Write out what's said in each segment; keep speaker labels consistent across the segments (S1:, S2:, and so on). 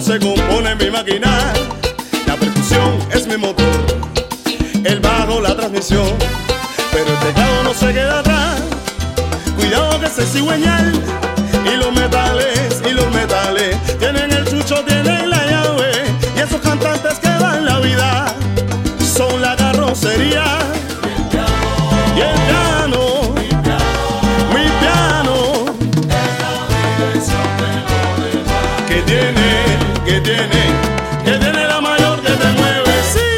S1: se compone mi máquina. La percusión es mi motor, el bajo la transmisión, pero el teclado no se queda atrás. Cuidado que se cigüeñal y los metales, y los metales tienen el chucho, tienen la llave y esos cantantes que dan la vida son la carrocería. Y el piano, mi piano, que tiene, que tiene, que tiene la mayor que te mueve, sí.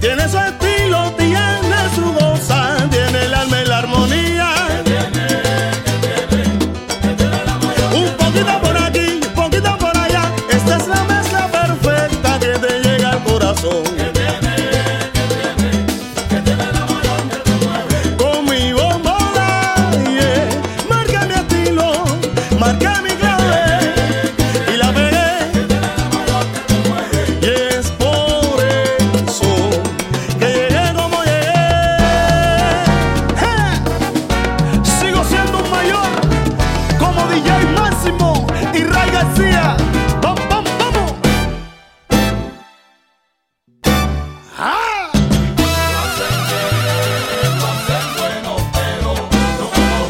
S1: Tiene su estilo, tiene su goza, tiene el alma y la armonía. Un poquito por aquí, un poquito por allá. Esta es la mezcla perfecta que te llega al corazón. Con mi bombola, yeah, marca mi estilo, marca mi clave y la pegué. Y es por eso que llegué como llegué. ¡Eh! Sigo siendo un mayor como DJ Máximo y Ray García. ¡Pam, pam, vamos! ¡Ah!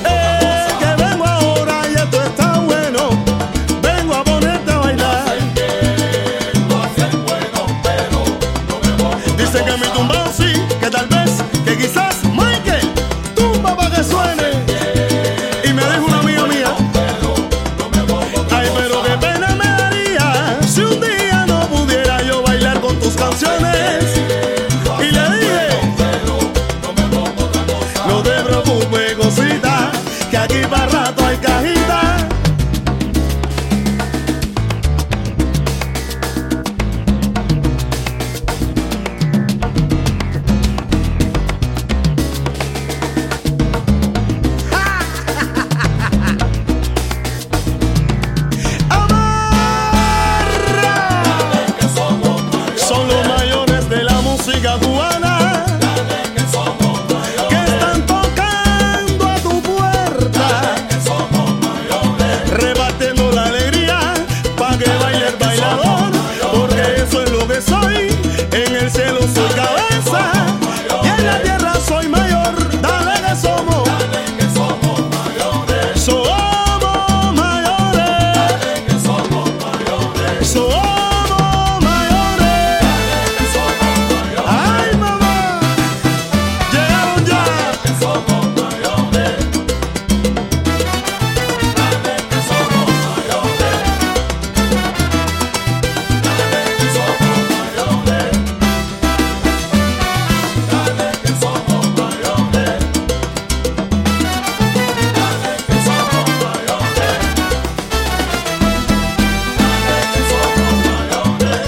S1: Eh, que vengo ahora y esto está bueno. Vengo a ponerte a bailar. Dicen que mi tumbao sí, que tal vez, que quizás, Michael, tumba para que suene. Y me dejo un amigo mía. Ay, pero qué pena me daría si un día no pudiera yo bailar con tus canciones. Y le dije, no te preocupes, cosita, que aquí para rato hay cajita. Amarra. Son los mayores de la música cubana que están tocando a tu puerta, repartiendo la alegría para que baile el bailador, porque eso es lo que soy. En el cielo soy cabeza y en la tierra soy mayor. Dale que somos, somos mayores. Somos mayores, ay mamá, llegaron ya.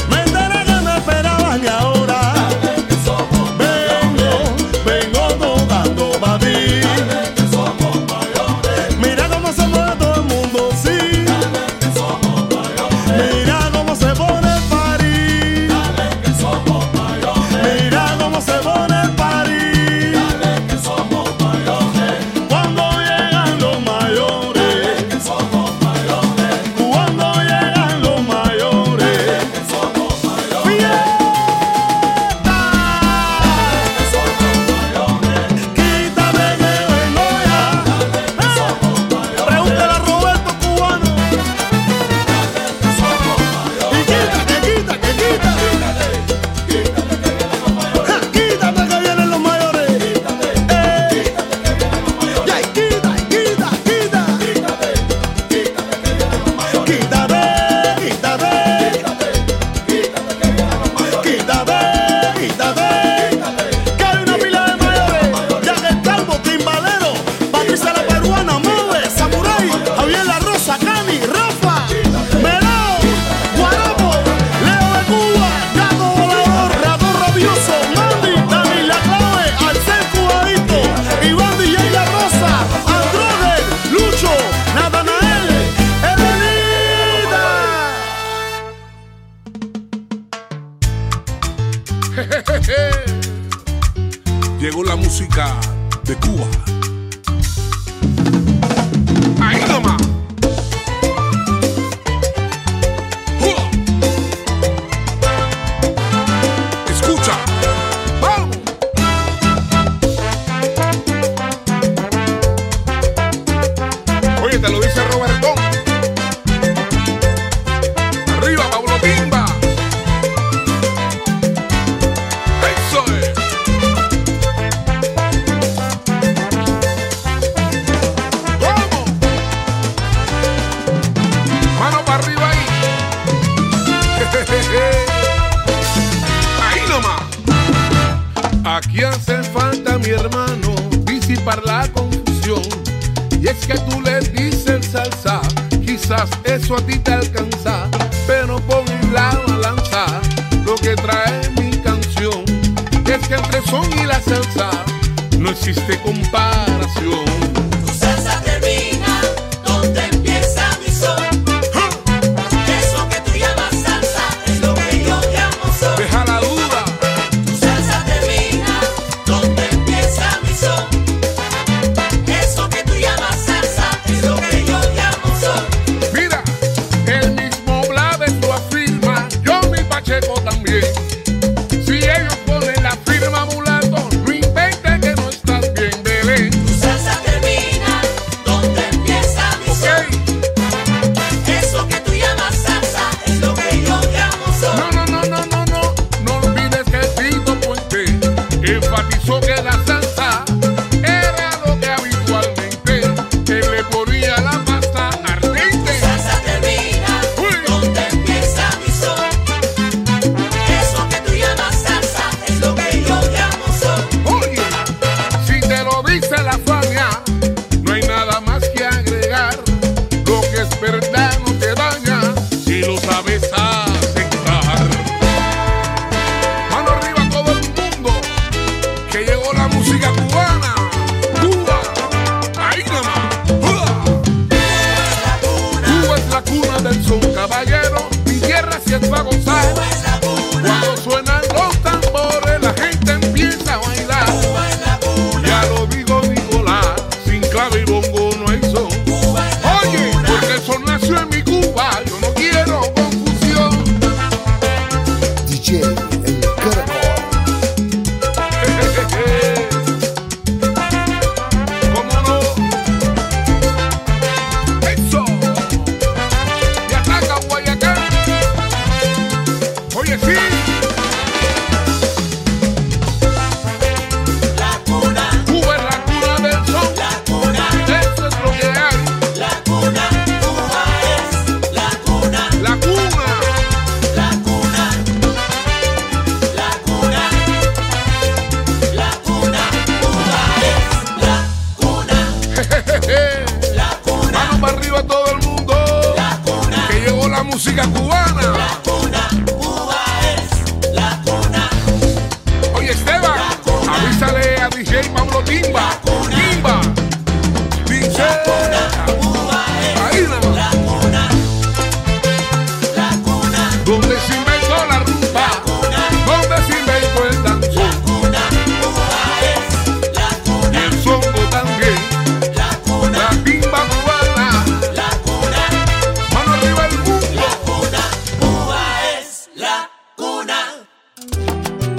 S1: Me enteré que me esperaban y ahora vengo, vengo tocando para ti. Mira cómo se mueve todo el mundo, sí. Mira cómo se pone el party. Mira cómo se pone el party. Cuando llegan los mayores. Cuando llegan los mayores. ¡Fiesta! Quítame que vengo ya. Eh, Pregúntale a Roberto Cubano. Y quítate, quítate, quítate. Ja, Quítate que vienen los mayores. Eh. Ya, y Quita, quita, quita. Quítate, quítate. Quítate, quítate. Que hay una pila de mayores. Ya que Calvo, Timbalero, Patricia la Peruana, Move, Samurai, Javier La Rosa, Cani, Rafa, Melao, Guarapo, Leo de Cuba, Gato Volador, Ratón Rabioso, Mandy, Dani La Clave, Arcel Cubadito, Iván DJ La Rosa, Andrade, Lucho, Natanael, Elenita.
S2: Llegó la música de Cuba. Ahí nomás. que tú le dices salsa, quizás eso a ti te alcanza, pero pon en la balanza lo que trae mi canción. Es que entre son y la salsa no existe comparación.
S3: Tu salsa termina donde empieza mi sol. Eso que tú llamas salsa es lo que yo llamo sol.
S2: Deja la duda,
S3: Tu salsa termina donde empieza mi sol. Eso que tú llamas salsa es lo que yo llamo sol.
S2: mira, el mismo Blades lo afirma, yo mi Pacheco también. Si ellos ponen la firma mulato, no inventen que no estás bien, Belén.
S3: Tu salsa termina donde empieza mi sol.
S2: Ok.
S3: Eso que tú llamas salsa es lo que yo llamo sol.
S2: No, no, no, no, no, no, no olvides que Tito Puente enfatizó que la salsa era lo que habitualmente que le ponía la pasta
S3: Tu
S2: ardiente.
S3: salsa termina donde empieza mi sol. Eso que tú llamas salsa es lo que yo llamo sol.
S2: Oye, si te lo dice la fania, no hay nada más que agregar. Lo que es verdad no te daña si lo sabes aceptar. Mano arriba todo el mundo, que llegó la música cubana. Cuba, ahí nada más. ¡Uah!
S3: La cuna,
S2: Cuba es la cuna del son caballero, mi tierra si es para gozar.
S3: Cuba es la cuna,
S2: Cuando suenan los tambores, la gente empieza a bailar.
S3: Cuba es la cuna,
S2: Ya lo digo Nicolás, sin clave y bongo no hay son.
S3: Cuba es la
S2: Oye,
S3: cuna.
S2: porque el son nació en mi Cuba, yo no quiero confusión.
S4: DJ Incredible.
S2: ¿Cómo no? Eso. Y ataca Guayacán. Oye, sí,
S3: La cuna,
S2: Cuba es la cuna del son.
S3: la cuna,
S2: Eso es lo que hay,
S3: la cuna. Cuba es la cuna,
S2: la cuna.
S3: la cuna, la cuna, la cuna. Cuba es la cuna, la cuna,
S2: Mano para Eh, arriba todo el mundo.
S3: la cuna.
S2: Que llegó la música cubana.
S3: La cuna, Cuba es la cuna,
S2: Oye Esteban, avísale a DJ Pablo Timba. Timba. DJ.
S3: Cuba es
S2: Ahí nada más.
S3: la cuna, la cuna,
S2: Donde se inventó la rumba. Donde se inventó el danzón.
S3: cuna, Cuba es la
S2: Y
S3: cuna,
S2: el songo también.
S3: la cuna,
S2: La timba cubana.
S3: la cuna,
S2: Mano arriba el mundo.
S3: la cuna, Cuba es la cuna.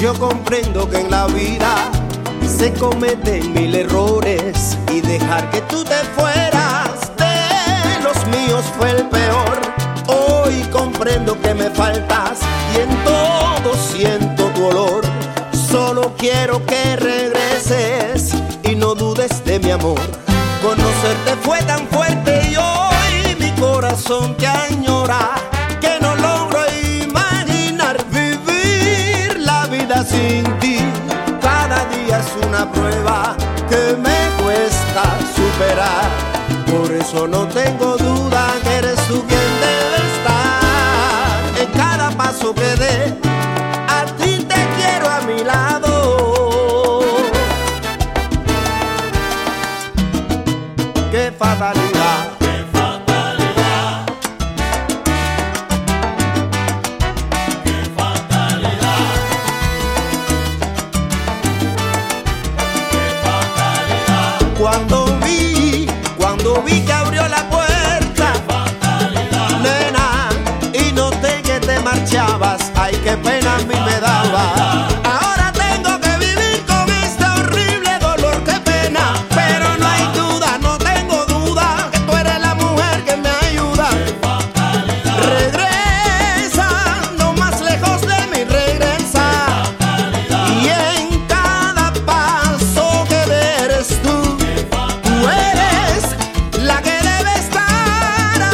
S5: Yo comprendo que en la vida se cometen mil errores y dejar que tú te fueras de los míos fue el peor. Hoy comprendo que me faltas y en todo siento tu olor. Solo quiero que regreses y no dudes de mi amor. Conocerte fue tan fuerte y hoy mi corazón te añora que no logro imaginar vivir la vida sin ti. Cada día es una prueba que me cuesta superar. Por eso no tengo duda que eres tú quien debe estar. En cada paso que dé, a ti te quiero a mi lado. qué fatalidad. Cuando vi, cuando vi que abrió la puerta, nena, y noté que te marchabas, ay qué pena a mí me daba. Ahora tengo que vivir con este horrible dolor, qué pena, pero no hay duda, no tengo duda, que tú eres la mujer que me ayuda. Regresa, no más lejos de mí, regresa. Y en cada paso que eres tú, tú eres la que debe estar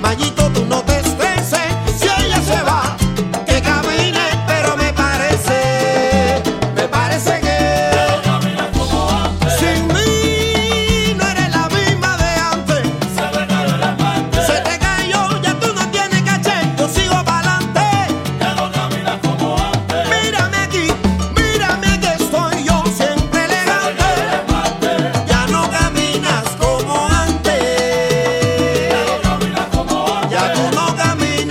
S5: Mayito, tú no te estreses. Si ella se va, que camine. Pero me parece, me parece que sin mí no eres la misma de antes. Se te cayó, ya tú no tienes caché. Yo sigo pa'lante. Mírame aquí, mírame que estoy yo siempre elegante. Ya no caminas como antes. Ya no caminas como antes. Ya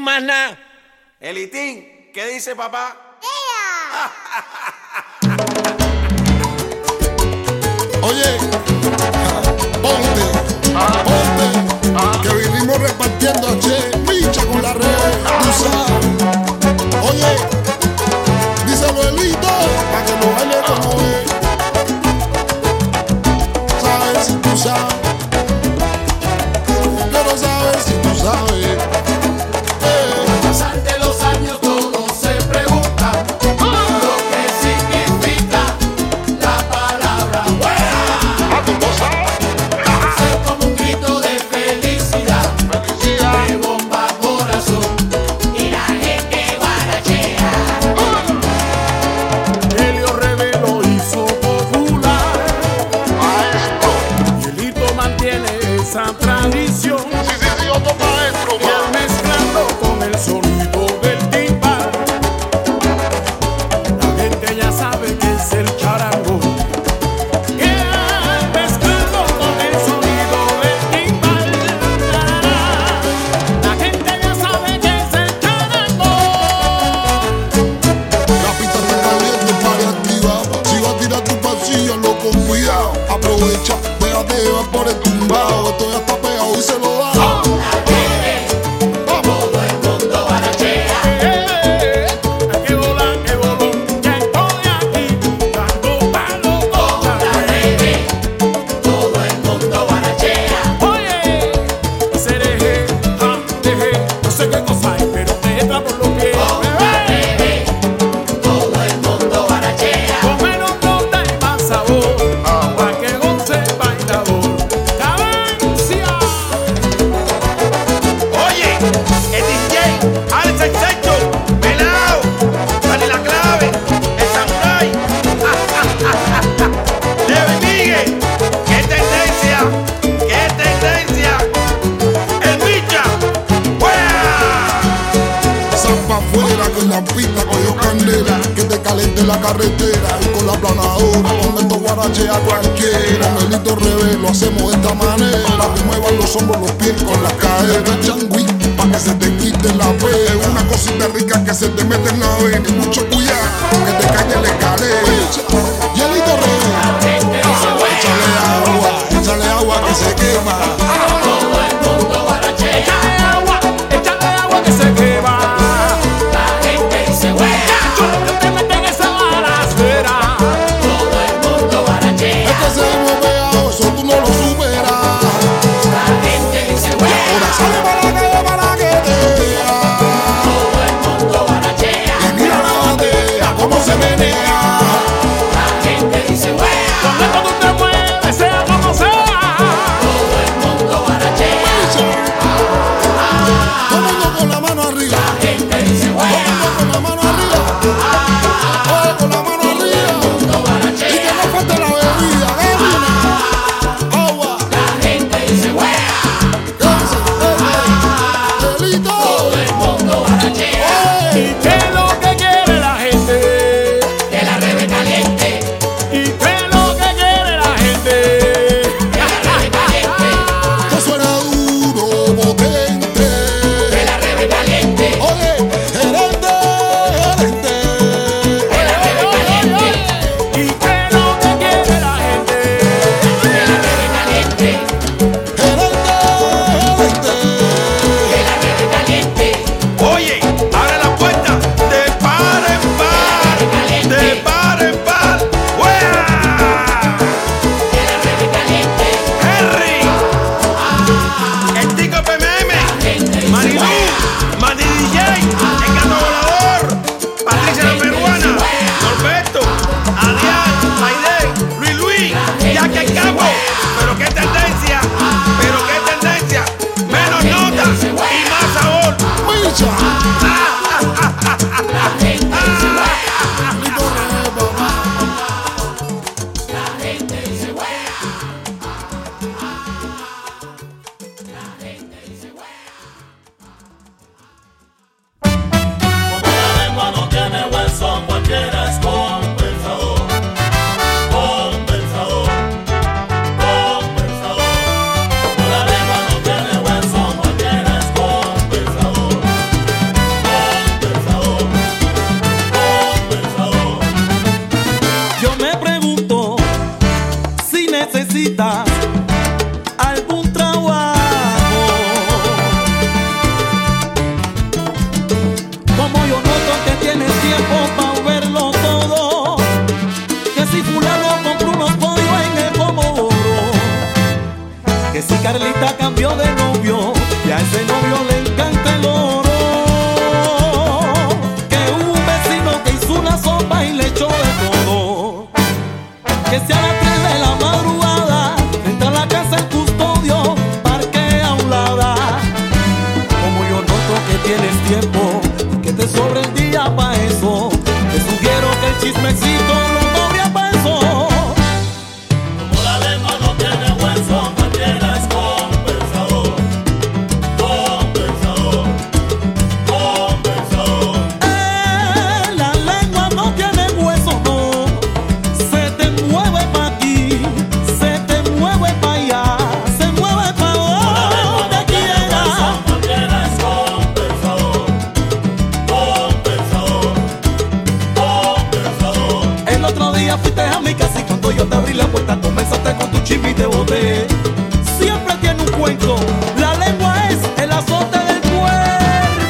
S6: más nada.
S5: Elitín, ¿qué dice papá?
S4: Oye, ponte, ponte, que vinimos repartiendo che, micha con la red, tú sabes. Oye, dice abuelito, para que lo baile como es. Sabes si tú sabes, pero sabes si tú sabes. Eh.
S3: Ante los años todos se preguntan lo que significa la palabra fuera. Ser como un grito de felicidad, de bomba al corazón y la gente barachea.
S1: Helio Rebe lo hizo popular. Maestro. Y el hito mantiene esa tradición.
S2: Sí, sí, sí, otro maestro,
S1: Y al mezclarlo con el sonido del timbal, la gente ya sabe que es el charango. Y al mezclarlo con el sonido del timbal, la gente ya sabe que es el charango.
S4: Capita está caliente para activar. Si vas a tirar tu pasillo, lo con cuidado. Aprovecha, déjate llevar por el tumbado. Esto ya está pegado y se lo da. Vamos.
S1: Eh, A que volar, que volón, ya estoy aquí, dando palo con la rebe. Todo el mundo barachea. Oye, cereje, ah, deje, no sé qué cosa hay, pero me entra por los pies. Bebé, todo el mundo barachea. Con menos nota y más sabor, pa' que goce el bailador. ¡Cadencia!
S5: Oye, el DJ, alza el sexto, pelao, dale la clave, el samurai, Leo y Miguel, qué tendencia, qué tendencia, el bicha, ¡Fuera!
S4: Zampa afuera con la pista cogió candela. Que te caliente la carretera y con la planadora. Con esto guarache a cualquiera. Melito revés, lo hacemos de esta manera. Pa' que muevan los hombros, los pies con las caderas. Changui, pa' que se te quite la fe. Una cosita rica que se te mete en la vena. Y mucho cuidado, que te caiga la escalera. Yelito revés. Échale agua, échale agua que se quema.
S1: Échale agua, échale agua que se quema.
S3: La gente se hueca,
S1: No te metas en esa balacera.
S3: todo el mundo barachea.
S4: Es que seguimos pegados, eso tú no lo superas.
S3: La gente se
S4: Ahora
S3: hueca,
S4: sale para la calle para que te vea.
S3: todo el mundo barachea.
S4: Y mira la bandera
S3: chismecito no cobre a peso.
S6: Como la lengua no tiene hueso, no tienes compensador. Compensador. Compensador.
S3: Eh, La lengua no tiene hueso, no. Se te mueve pa' aquí, se te mueve pa' allá, se mueve pa' donde quiera.
S6: No tienes compensador. Compensador. Compensador.
S3: El otro día fuiste a mi casa y cuando yo te abrí la puerta, tú me saltaste con tu chisme y te boté. Siempre tiene un cuento, la lengua es el azote del cuerpo.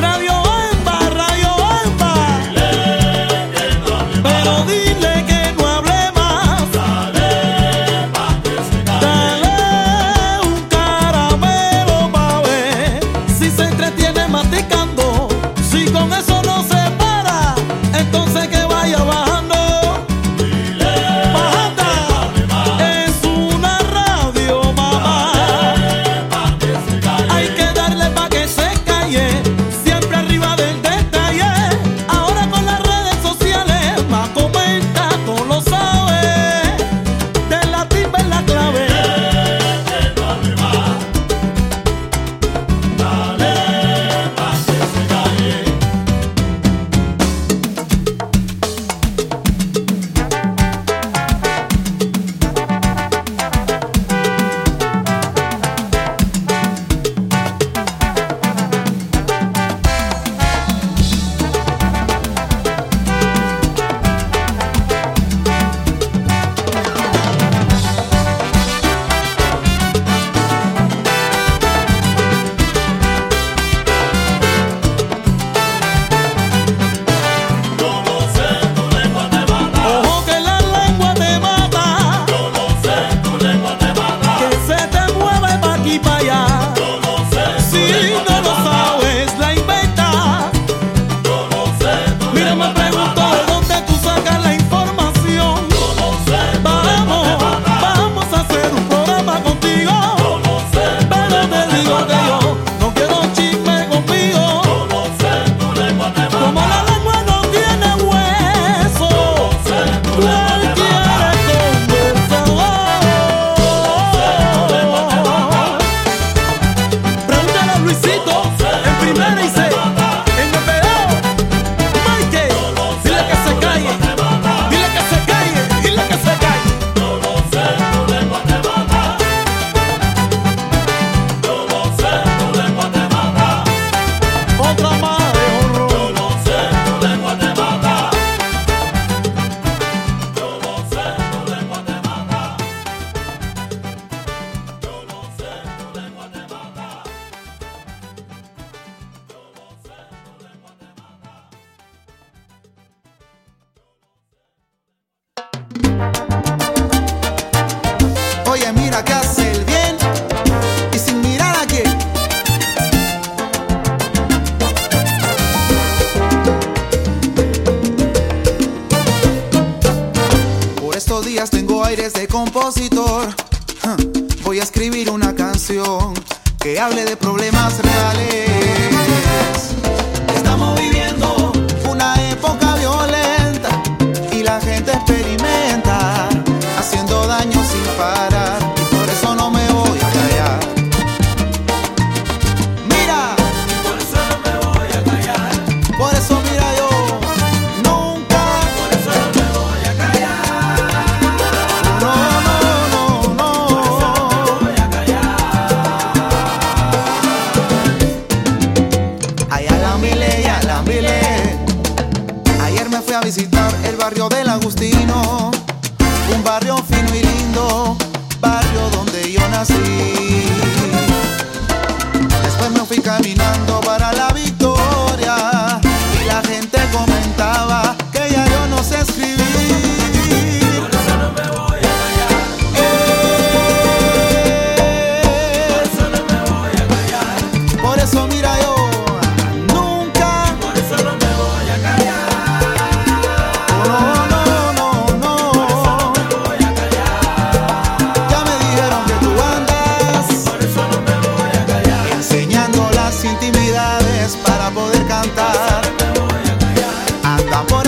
S3: Radio Bamba, Radio Bamba. Pero dile que no hable más. Dale un caramelo pa' ver si se entretiene masticando. Si con eso no se para, entonces que vaya bajando. Bajanda, es una radio, mamá. Hay que darle pa' que se calle, siempre arriba del detalle. Ahora con las redes sociales, más comenta, tú lo sabes. De la timba es la clave. Ojo que la lengua te mata. Yo no sé, tu lengua te mata. Que se te mueve pa' aquí pa' allá. Yo no sé, si no lo sabes, la inventas. Yo no sé, tu Mira, me pregunto de dónde tú sacas la información. Yo no sé, vamos, vamos a hacer un programa contigo. Yo no sé, pero te digo que yo no quiero chisme conmigo. Yo no sé, tu lengua te mata. Como la lengua no tiene hueso. Cualquiera conversador Pregúntale a Luisito En primera y se En el pedo Mike Dile que se calle Dile que se calle Dile que se calle Otra más de horror
S7: Oye, mira que hace el bien y sin mirar a quién. Por estos días tengo aires de compositor. Ja, Voy a escribir una canción que hable de problemas reales. Estamos viviendo una época violenta y la gente experimenta haciendo daño sin parar y por eso no me voy a callar. Mira, por eso mira yo nunca no no no no Allá la mile, allá la mile. Ayer me fui a visitar el barrio del Agustino, un barrio fino y lindo, barrio donde yo nací. Después me fui caminando para la victoria y la gente comentaba que ya yo no sé escribir. Eh. Por eso mira yo nunca, por eso
S6: Ah. Ah. Ah. Ah,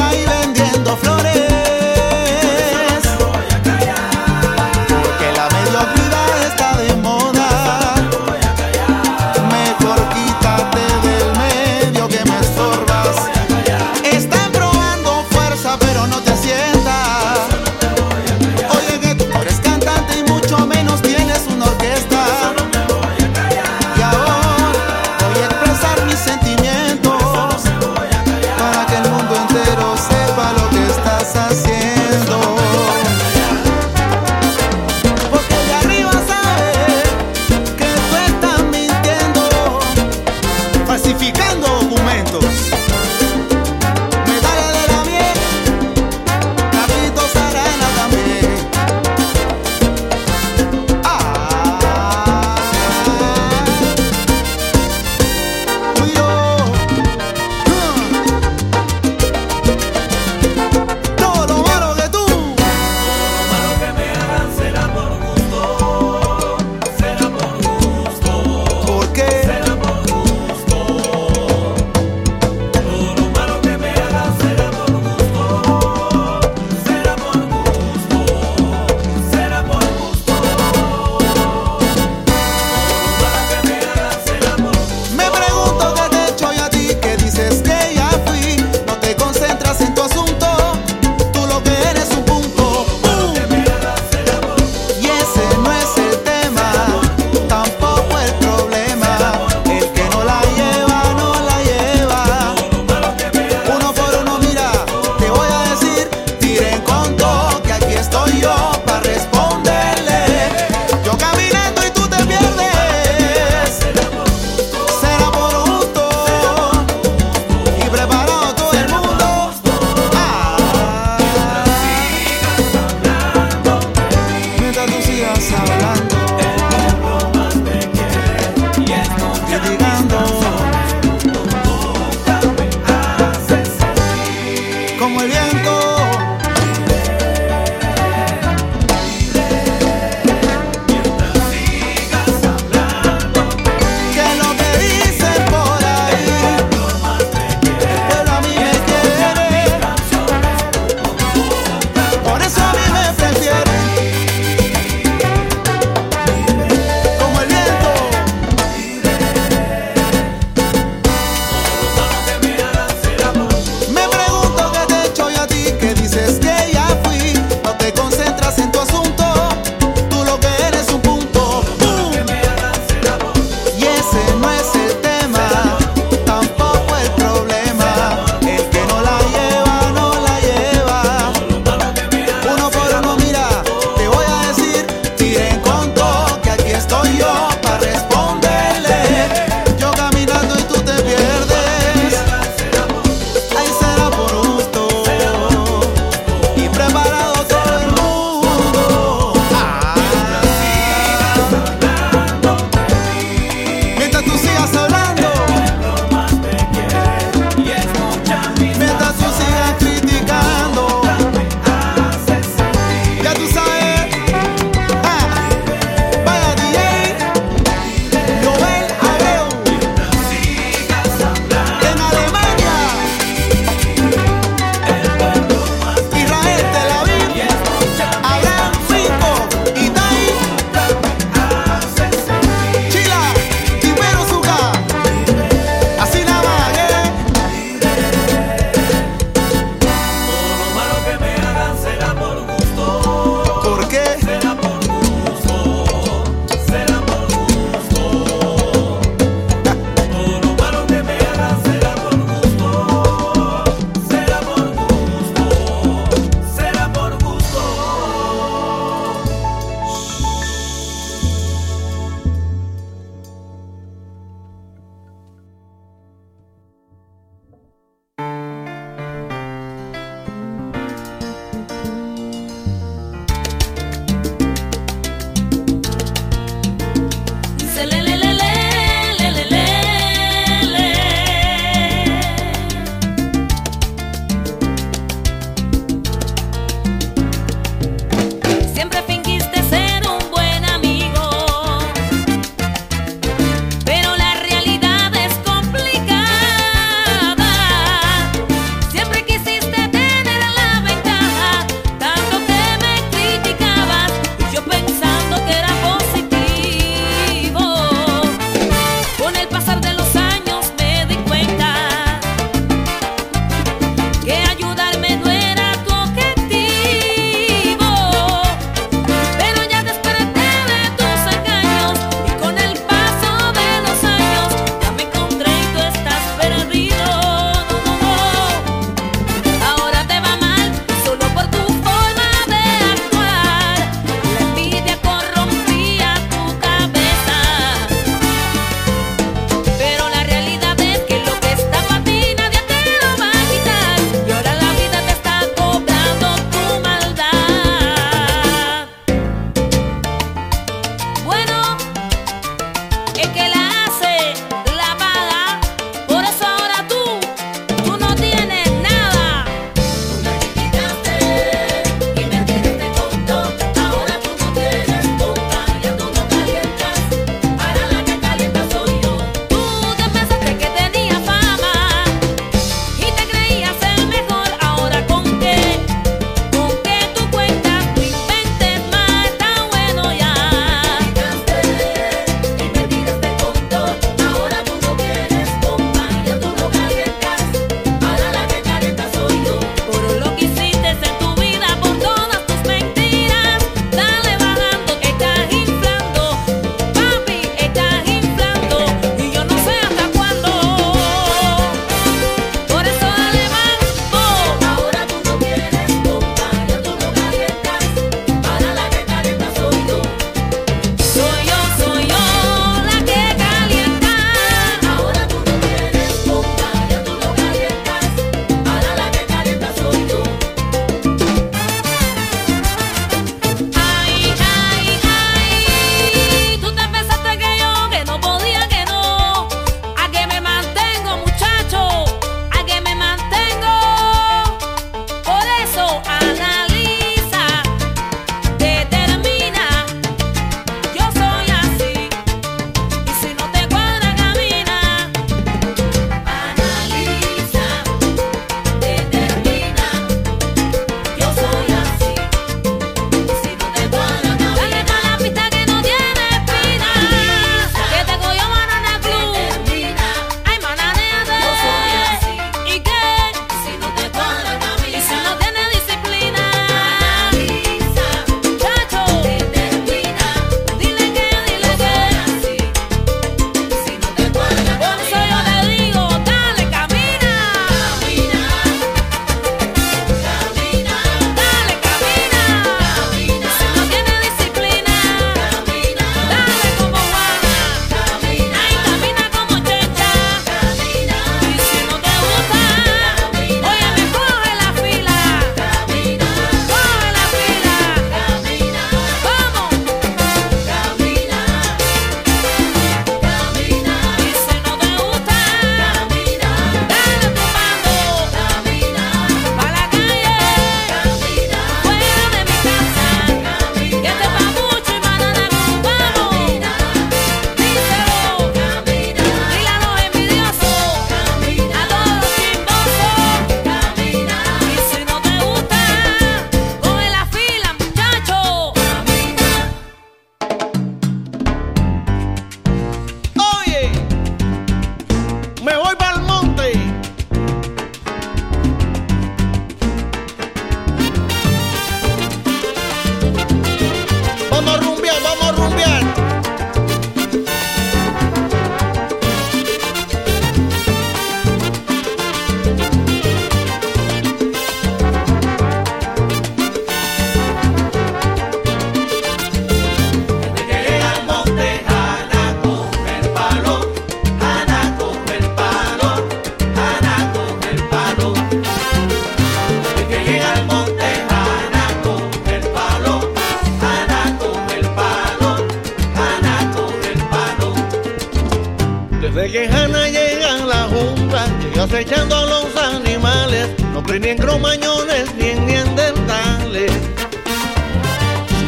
S8: soy ni en cromañones ni en neandertales.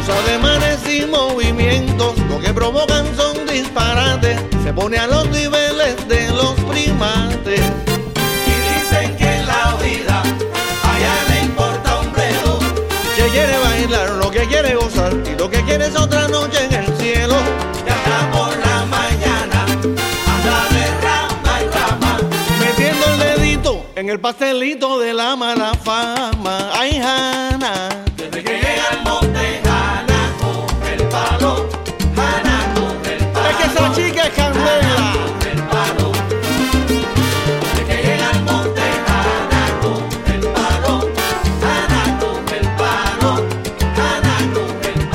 S8: Sus ademanes y movimientos lo que provocan son disparates. Se pone a los niveles de los primates.
S3: Y dicen que en la vida allá le importa un bledo.
S8: Que quiere bailar, lo que quiere gozar y lo que quiere es otra noche en el cielo.
S3: Y hasta por la mañana anda de rama en rama.
S8: Metiendo el dedito en el pastelito de la mala fama. Ay, Hanna.
S3: Desde que llega al monte Jana con el palo. Jana con el
S8: Es que esa
S3: palo.
S8: chica es candela.
S3: con el palo. Desde que llega al monte Jana con el palo. Jana con el palo. Jana con el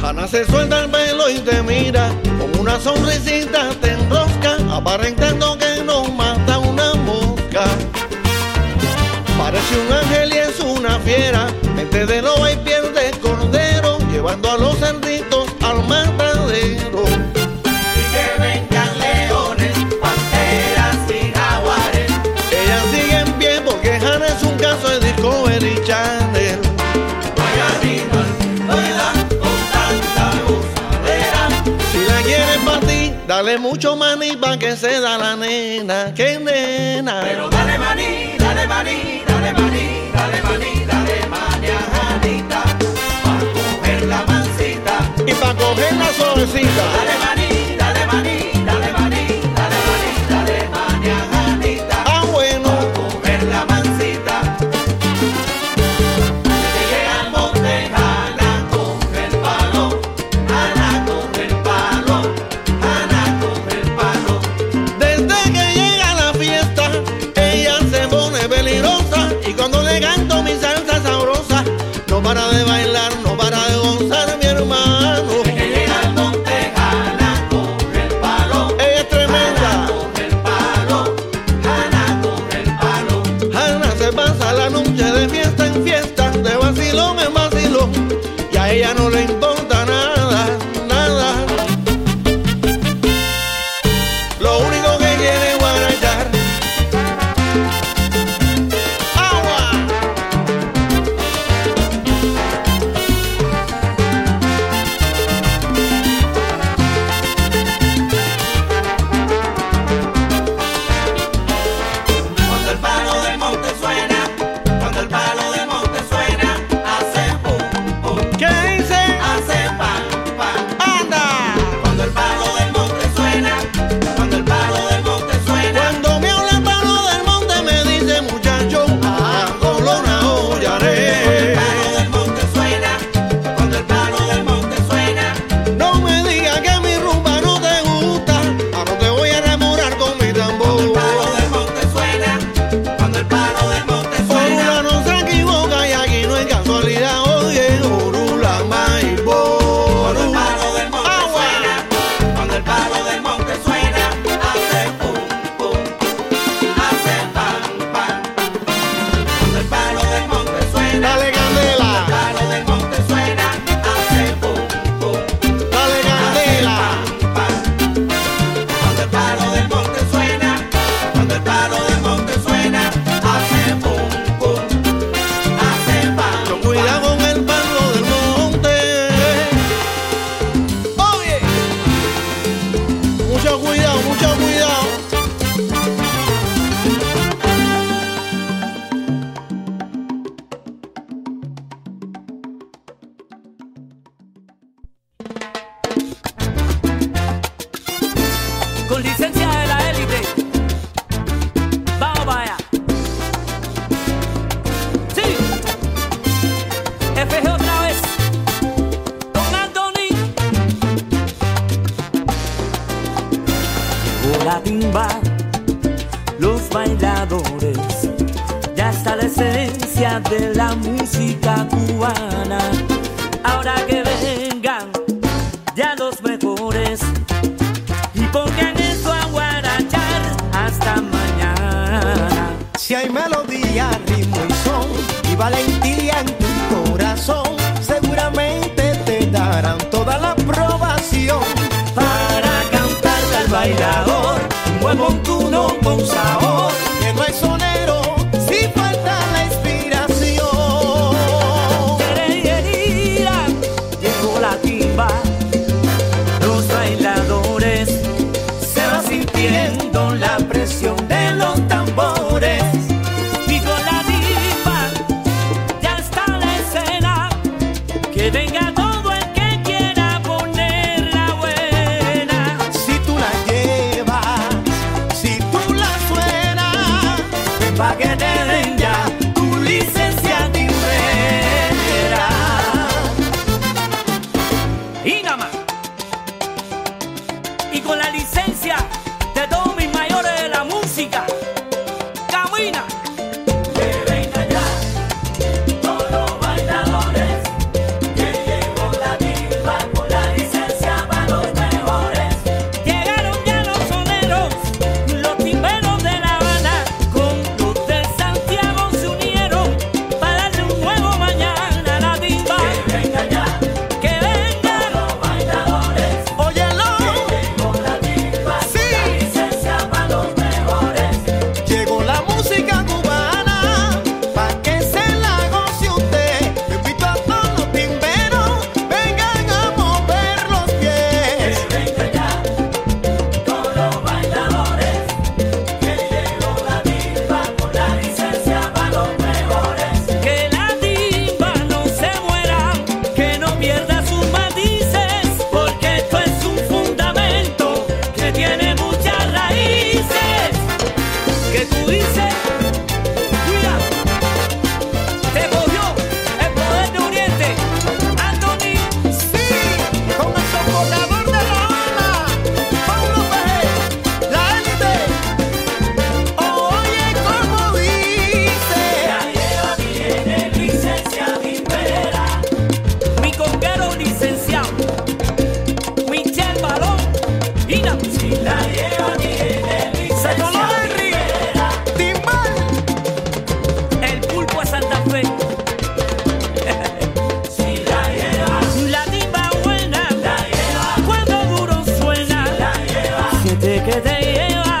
S3: palo.
S8: Hanna se suelta el pelo y te mira con una sonrisita te enrosca aparentando que no mata una mosca. Parece un ángel y es una fiera, mente de loba y pierde cordero, llevando a los cerditos al matadero.
S3: Y que vengan leones, panteras y jaguares.
S8: Ella sigue en pie porque Hanna es un caso de Discovery Channel.
S3: Vayan y nos vuelan con tanta gozadera.
S8: Si la quieres para ti, dale mucho maní pa' que se da la nena, que nena.
S3: Pero dale maní, dale maní, dale maní, dale maní, dale maní a Janita, pa' coger la mancita.
S8: y para coger la suavecita.
S3: Dale maní, dale maní, dale maní, dale maní, dale maní a Janita,
S8: Ah, bueno,
S3: pa' coger la mancita. Que llega al monte Jana con el palo, Jana con el palo, Jana con el palo.
S8: desde que llega la fiesta, ella se pone peligrosa. Y cuando le canto mi salsa sabrosa, no para de bailar, no para de gozar, mi hermano.
S3: Que llega al monte Jana con el palo.
S8: Ella es tremenda,
S3: Con el palo, Jana con el palo,
S8: Hanna se pasa la noche de fiesta en fiesta, de vacilón en vacilón. Y a ella no le importa nada, nada. Lo único que quiere es guarachar. ¡Agua!
S3: cuando el palo del monte suena, cuando el palo del monte suena, hace pum pum,
S8: ¿Qué dice?
S3: hace pam pam,
S8: ¡Anda!
S3: cuando el palo del monte suena, cuando el palo del monte suena,
S8: Cuando me habla el palo del monte me dice muchacho, a Colona
S3: el
S8: hollaré.
S3: palo del monte suena, cuando el palo del monte suena,
S8: No me digas que mi rumba no te gusta, ahora te voy a enamorar con mi tambor.
S3: palo del monte suena, cuando el palo del monte
S8: Orula
S3: suena,
S8: no se equivoca y aquí no es casualidad, oye, Orula Maibor.
S3: cuando el palo del monte
S8: Agua.
S3: suena, cuando el palo del monte suena, hace pum pum, hace pam pam, cuando el palo del monte suena,
S8: Dale
S3: el
S8: candela,
S3: palo del monte suena, hace pum pum,
S8: dale
S3: hace
S8: candela.
S3: pam pam, cuando el palo del monte suena, cuando el palo del monte suena, hace pum pum, hace
S8: Con
S3: pam pam.
S8: Cuidado con el palo del monte. Oye, mucho cuidado, mucho cuidado.
S9: con licencia de la élite. Vamos vaya. Sí. FG otra vez. Don Anthony. Llegó la timba, los bailadores. Ya está la esencia de la música cubana. Ahora que vengan ya los mejores y pongan eso a guarachar hasta mañana.
S5: Si hay melodía, ritmo y son y valentía en tu corazón, seguramente te darán toda la aprobación para cantarle al bailador un buen montuno con sabor. Que no hay sonero
S3: que te den ya tu licencia timbrera.
S9: Y nada más. Y con la licencia de todos mis mayores de la música, camina.
S3: Que venga ya todos los bailadores, que llevo la timba con la licencia para los mejores.
S9: Llegaron ya los soneros, los timberos de La Habana, con luz del Santiago se unieron para darle un nuevo mañana a la timba.
S3: Que venga ya
S9: Que venga,
S3: los bailadores,
S9: óyelo.
S3: llevo la timba con la licencia para los mejores.
S5: Llegó la música cubana, pa' que se la goce usted. Yo invito a todos los timberos, vengan a mover los pies.
S3: Que venga ya todos los bailadores, que llevo la timba con la licencia para los mejores.
S9: Que la timba no se muera, que no pierda sus matices, porque esto es un fundamento que tiene muchas raíces. Que tú dices, cuida, te cogió el poder de Oriente, Anthony,
S5: Sí, con el socorrador de La Habana, Pablo Pérez, la élite. Oye, como dice,
S3: Lleva tiene licencia timbera,
S9: mi conguero licenciado, Michel Balón, y la
S3: la lleva tiene licencia timbera,
S5: timbal,
S9: El pulpo a Santa Fe.
S3: si la lleva,
S9: La timba buena, cuando duro suena, siente que te lleva,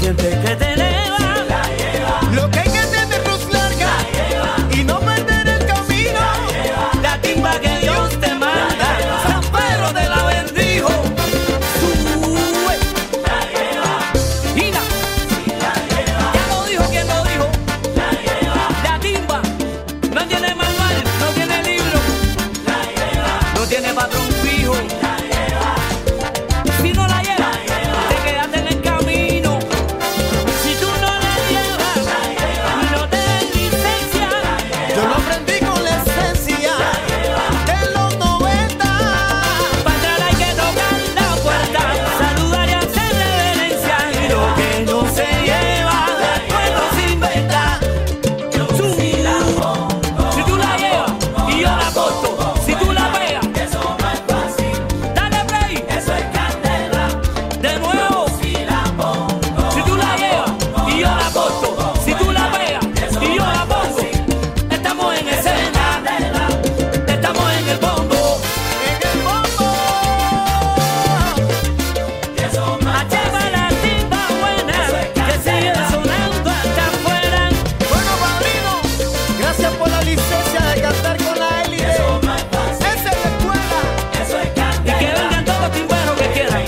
S9: siente que te eleva,
S5: lo que hay que tener es larga y no perder el camino.
S9: la timba que Dios te manda, San Pedro te la bendijo, eh. sube, la lleva, Gina, la lleva, ya lo dijo quien lo dijo, la lleva, la timba, no tiene manual, no tiene libro, la lleva, no tiene patrón fijo, la lleva, si no la lleva, te quedaste en el camino, si tú no la llevas, no te den licencia.
S5: Yo lo aprendí con la esencia de los 90.
S9: Para entrar hay que tocar la puerta, saludar y hacer reverencia. Y lo que no se lleva, después no se inventa. Tú, Si tú la llevas y yo la corto, si tú la pegas,
S3: eso no es fácil,
S9: dale play.
S3: eso es candela,
S9: De nuevo,
S3: si la pongo,
S9: si tú la llevas y yo la corto, si tú la pegas y yo la pongo. Estamos en escena,
S3: candela,
S9: estamos en el bombo. En el bombo.
S3: eso no es
S9: Lleva la timba buena que sigue sonando hasta afuera.
S5: Bueno, padrino, gracias por la licencia de cantar con la élite. Esa es la escuela.
S3: eso es
S9: Y que
S3: candela,
S9: vengan todos los timberos que quieran,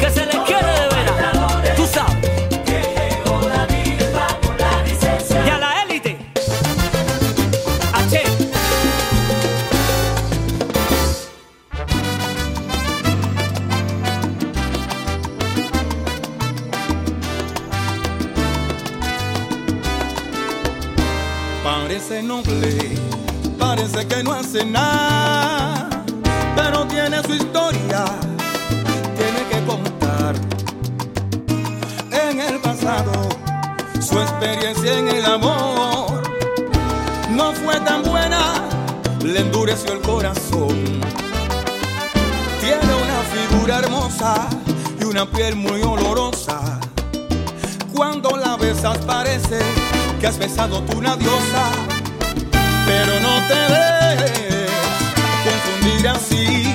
S9: que se les quiere de veras. Tú sabes,
S3: que llegó la timba con la licencia.
S9: y a la élite. H.
S6: Parece noble, parece que no hace nada, pero tiene su historia, tiene que contar. En el pasado, su experiencia en el amor no fue tan buena, le endureció el corazón. Tiene una figura hermosa y una piel muy olorosa. Cuando la besas parece que has besado tú una diosa, pero no te debes confundir así.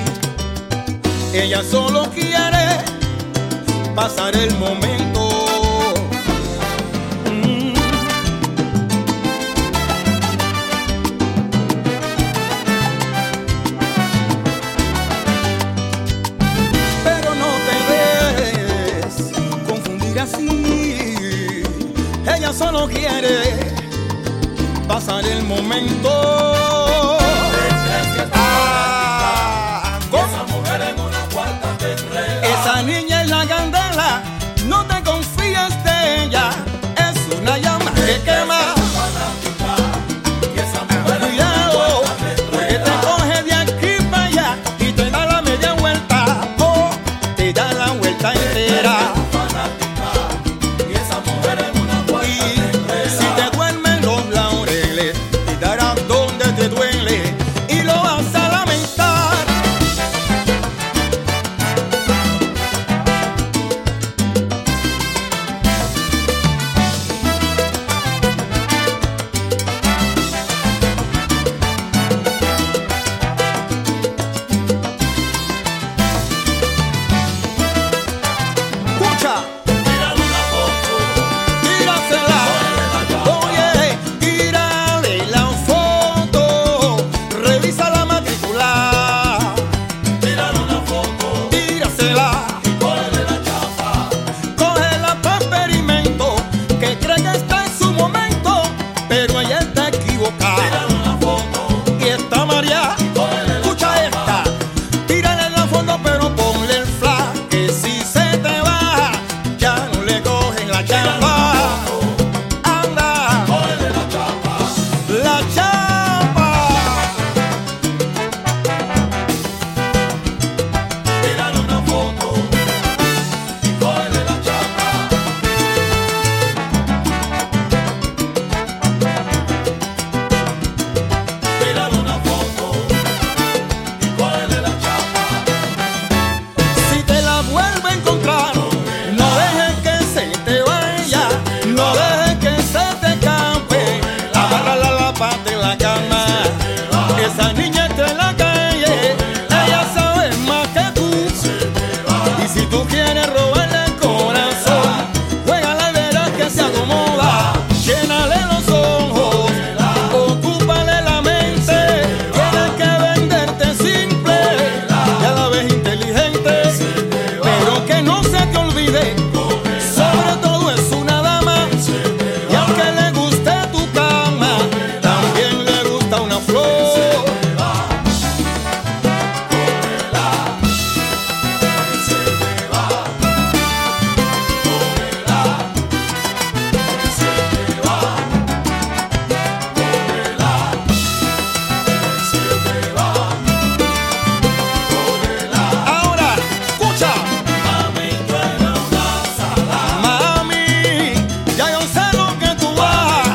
S6: Ella solo quiere pasar el momento. Mm. Pero no te ves confundir así. Ella solo quiere pasar el momento. Ah, ¿cómo? Esa niña es la candela, no te confíes de ella, es una la llama que quema. Cuidado, porque te coge de aquí para allá y te da la media vuelta o te da la vuelta entera. Y si te duermen los laureles, te darás donde te duele y lo vas a lamentar. Escucha. Tírasela, oye, tírale la foto, revisa la matrícula. Tírale una foto, tírasela, y cógele la chapa. Cógela para experimento, que cree que está en su momento, pero ella está equivocada. Tírale una foto, y está María, escucha esta. Tírale la foto, pero ponle el flash, que si se te baja, ya no le cogen la chapa. Anda, la chapa. Si te la vuelve a encontrar, no dejes que se te vaya, no dejes que se te escape. Agárrala a la pata de la cama, esa niña está en la calle, ella sabe más que tú. Y si tú quieres robarle el corazón, juégala y verás que se acomoda. Llénale los ojos, ocúpale la mente. Tienes que venderte simple y a la vez inteligente. Pero que no se te olvide, sobre todo es una dama. Y aunque le guste tu cama, también le gusta una flor. Ahora, escucha. Mami, ya yo sé lo que tú vas.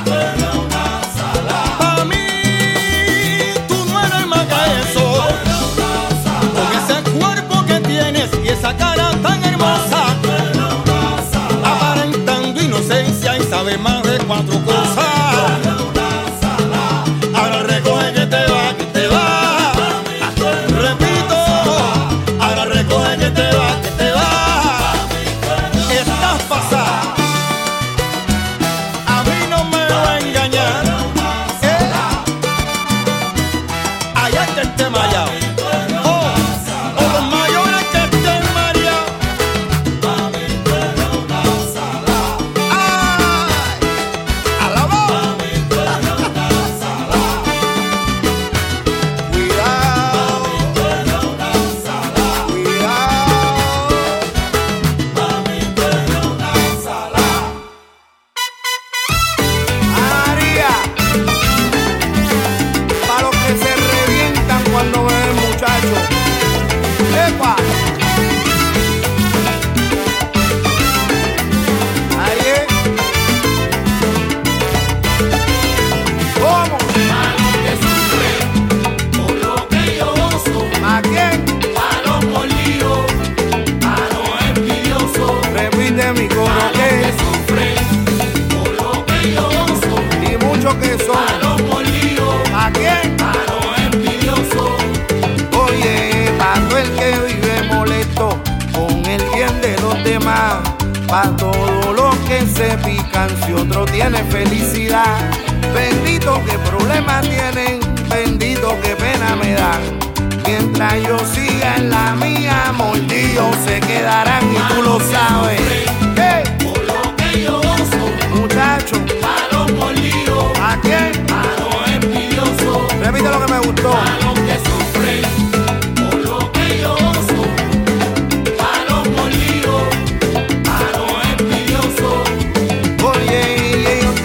S6: Para mí, tú no eres más que eso. Con ese cuerpo que tienes y esa cara tan hermosa. Aparentando inocencia y sabe más de cuatro cosas. Ahora recoge que te va, que te va. Repito, ahora recoge que te va, que te va. Estás pasada. A mí no me va a engañar. Eh. Allá que esté mallado. Oh, o los mayores que estén mareados. Ay, alabado. Cuidado, cuidado.
S5: María, para los que se revientan cuando ven muchachos. ¡Epa! Ahí es. ¿Cómo? ¿A quién? Repite mi coro que y mucho que son. ¿A quién? Oye, para el que vive molesto con el bien de los demás, para todos los que se pican si otro tiene felicidad. Bendito que problema tienen, bendito que pena me dan. Mientras yo siga en la mía, mordidos se quedarán y tú lo sabes. Hey, muchacho, ¿a quién? Repite lo que me gustó. Oye, y ellos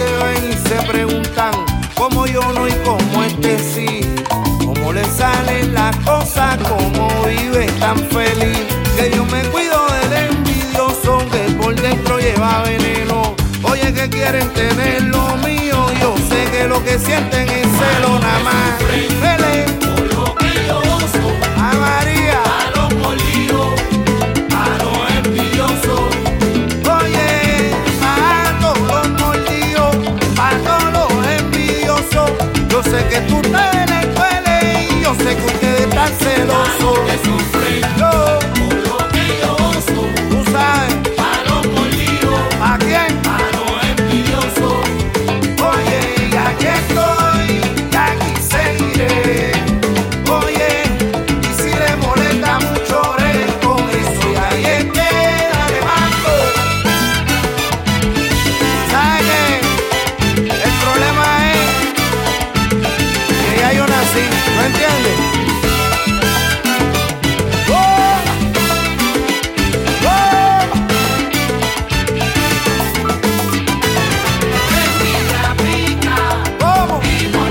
S5: tan feliz que yo me cuido del envidioso que por dentro lleva veneno. Oye que quieren tener lo mío, yo sé que lo que sienten es celo nada más. Vele. A María. Oye, a todos los mordidos, a todos los envidiosos, yo sé que tú ustedes les duele y yo sé que ustedes están celosos. Yo, tú sabes, ¿a quién? Oye, y aquí estoy, y aquí seguiré. Oye, y si le molesta mucho, oré con eso. Y ahí es que la levanto. ¿Sabes qué? El problema es que ya yo nací, ¿no entiendes? ¡Oh! ¡Oh! ¿Cómo? Oye, la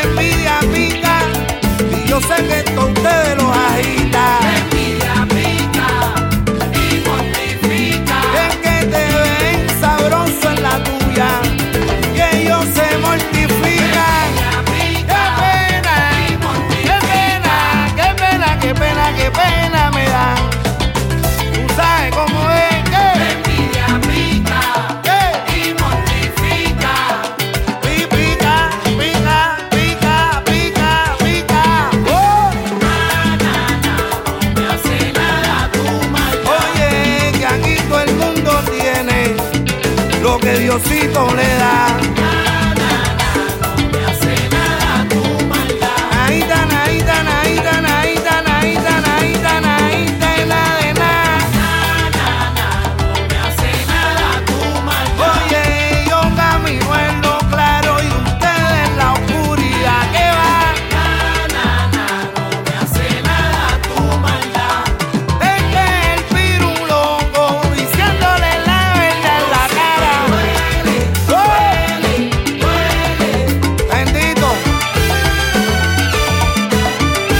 S5: envidia pica y yo sé que esto a ustedes los agita. Es que te ven sabroso en la tuya y ellos se mortifican. Qué pena, qué pena, qué pena, qué pena, qué pena me da. Tú sabes cómo es que que pi- pica, pica, pica, pica, pica. Oh. Oye, que aquí todo el mundo tiene lo que Diosito le da. Ahí tan, ahí tan, ahí tan, ahí tan, ahí tan, ahí tan, ahí tan, la de nada. Oye, yo camino en lo claro y usted en la oscuridad que va. Es que el piru loco diciéndole la verdad en la cara. ¡Oh! Duele, duele, Bendito.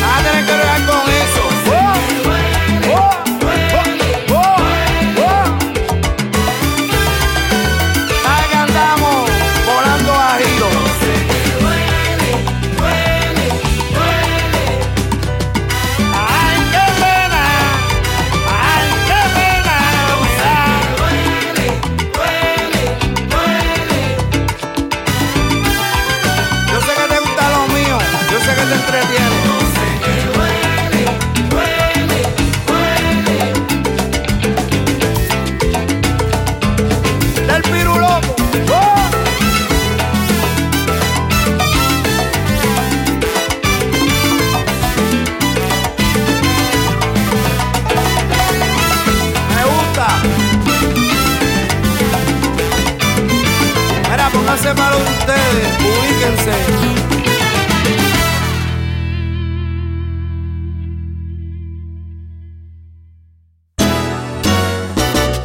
S5: Vas a tener que bregar con eso. ¡Oh! Duele, ¡Oh! duele, que andamos volando a giro. Ay, qué pena, ay, qué pena me da. Yo sé que te gusta lo mío, yo sé que te entretiene. Del piruloco. ¡Oh! Me gusta. Mira, pónganse para ustedes, ubíquense.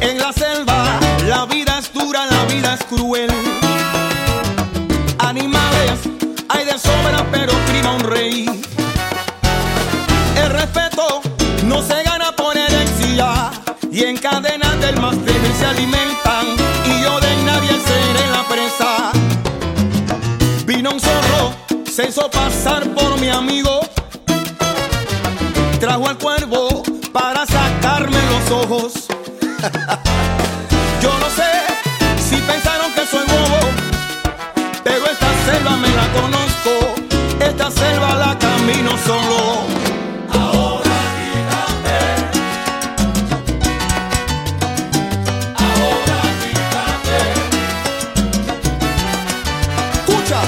S6: En la selva la vida es dura, la vida es cruel. Animales hay de sobra, pero prima un rey. El respeto no se gana por herencia y en cadenas del más débil se alimentan y yo de nadie seré la presa. Vino un zorro, se hizo pasar por mi amigo. Trajo al cuervo para sacarme los ojos. Yo no sé si pensaron que soy bobo, pero esta selva me la conozco, esta selva la camino solo. Escucha.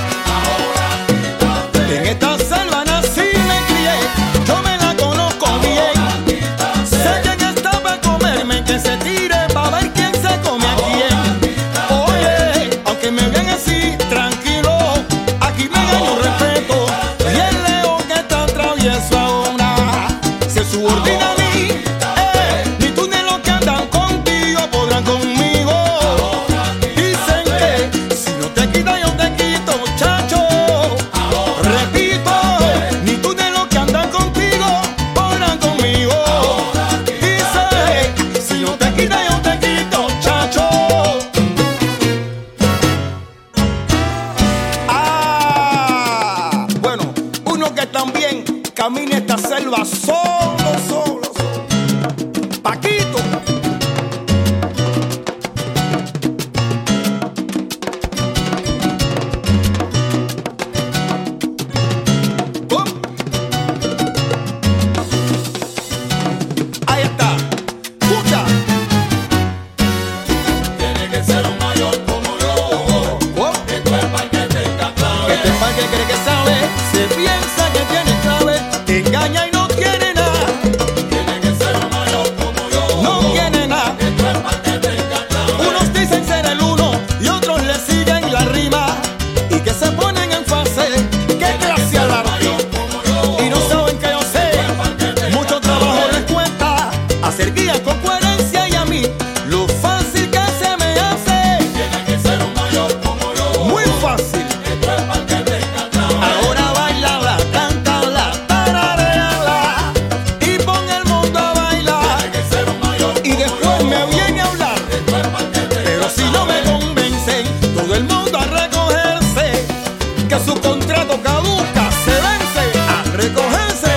S6: En esta selva nací y me crié, yo me la conozco bien. Sé que estaba a comerme, que se tire para ver quién se come a quién. eh, Ah, camine esta selva solo, solo, solo. Paquito. ¡Pum! Ahí está. Escucha.
S3: Tiene que ser un mayor como yo.
S6: ¡Pum!
S3: Esto es para que tenga
S6: Que
S3: clave.
S6: este parque cree que sabe, se piensa que tiene clave, te engaña y no tiene nada,
S3: Tiene que ser un mayor como yo.
S6: no tiene nada.
S3: Esto es para que tenga clave.
S6: Unos dicen ser el uno y otros le siguen la rima y que se ponen en fase, que gracia al artista. Y no saben que yo sé, mucho trabajo les cuesta hacer guías con coherencia y a mí lo fácil que se me hace.
S3: Tiene que ser un mayor como yo.
S6: Muy fácil. Ahora bailala, cántala, tarareala y pon el mundo a bailar. Y después me viene a hablar. Pero si no me convencen, todo el mundo a recogerse. Que su contrato caduca, se vence a recogerse.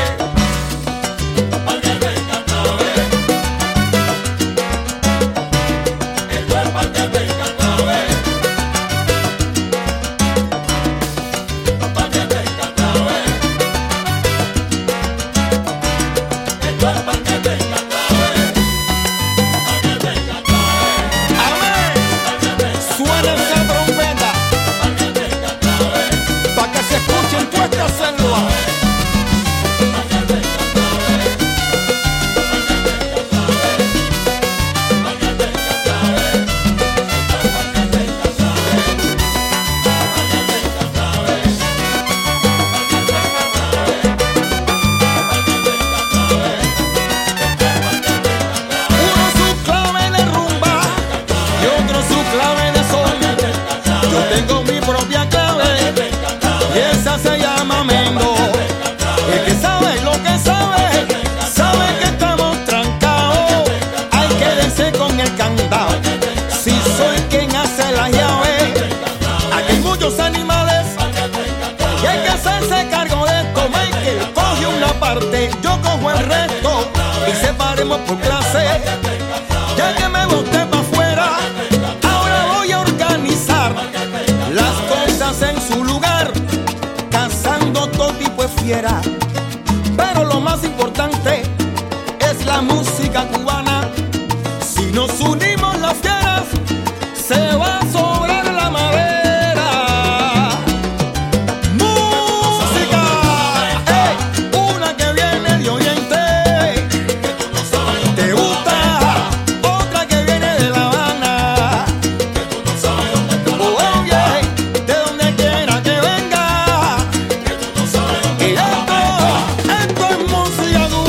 S6: Amén. Suena esa trompeta. Pa' que se escuche en tu esta selva. Uno su clave de rumba y otro su clave de sol. Yo tengo mi propia clave y esa se llama Mendo. El que sabe lo que sabe, sabe que estamos trancados. Hay que verse con el candado. Si soy quien hace la llave, aquí hay muchos animales y hay que hacerse cargo de esto. Michael coge una parte, yo cojo el resto y separemos por clase. Ya que me boté para afuera, ahora voy a organizar las cosas en su lugar, cazando todo tipo de fiera. Pero lo más importante es la música cubana. Si nos unimos las fieras, se va a sobrar la madera. Música, ey, una que viene de Oriente, te gusta, otra que viene de La Habana, oye, de donde quiera que venga, y esto, esto es música cubana.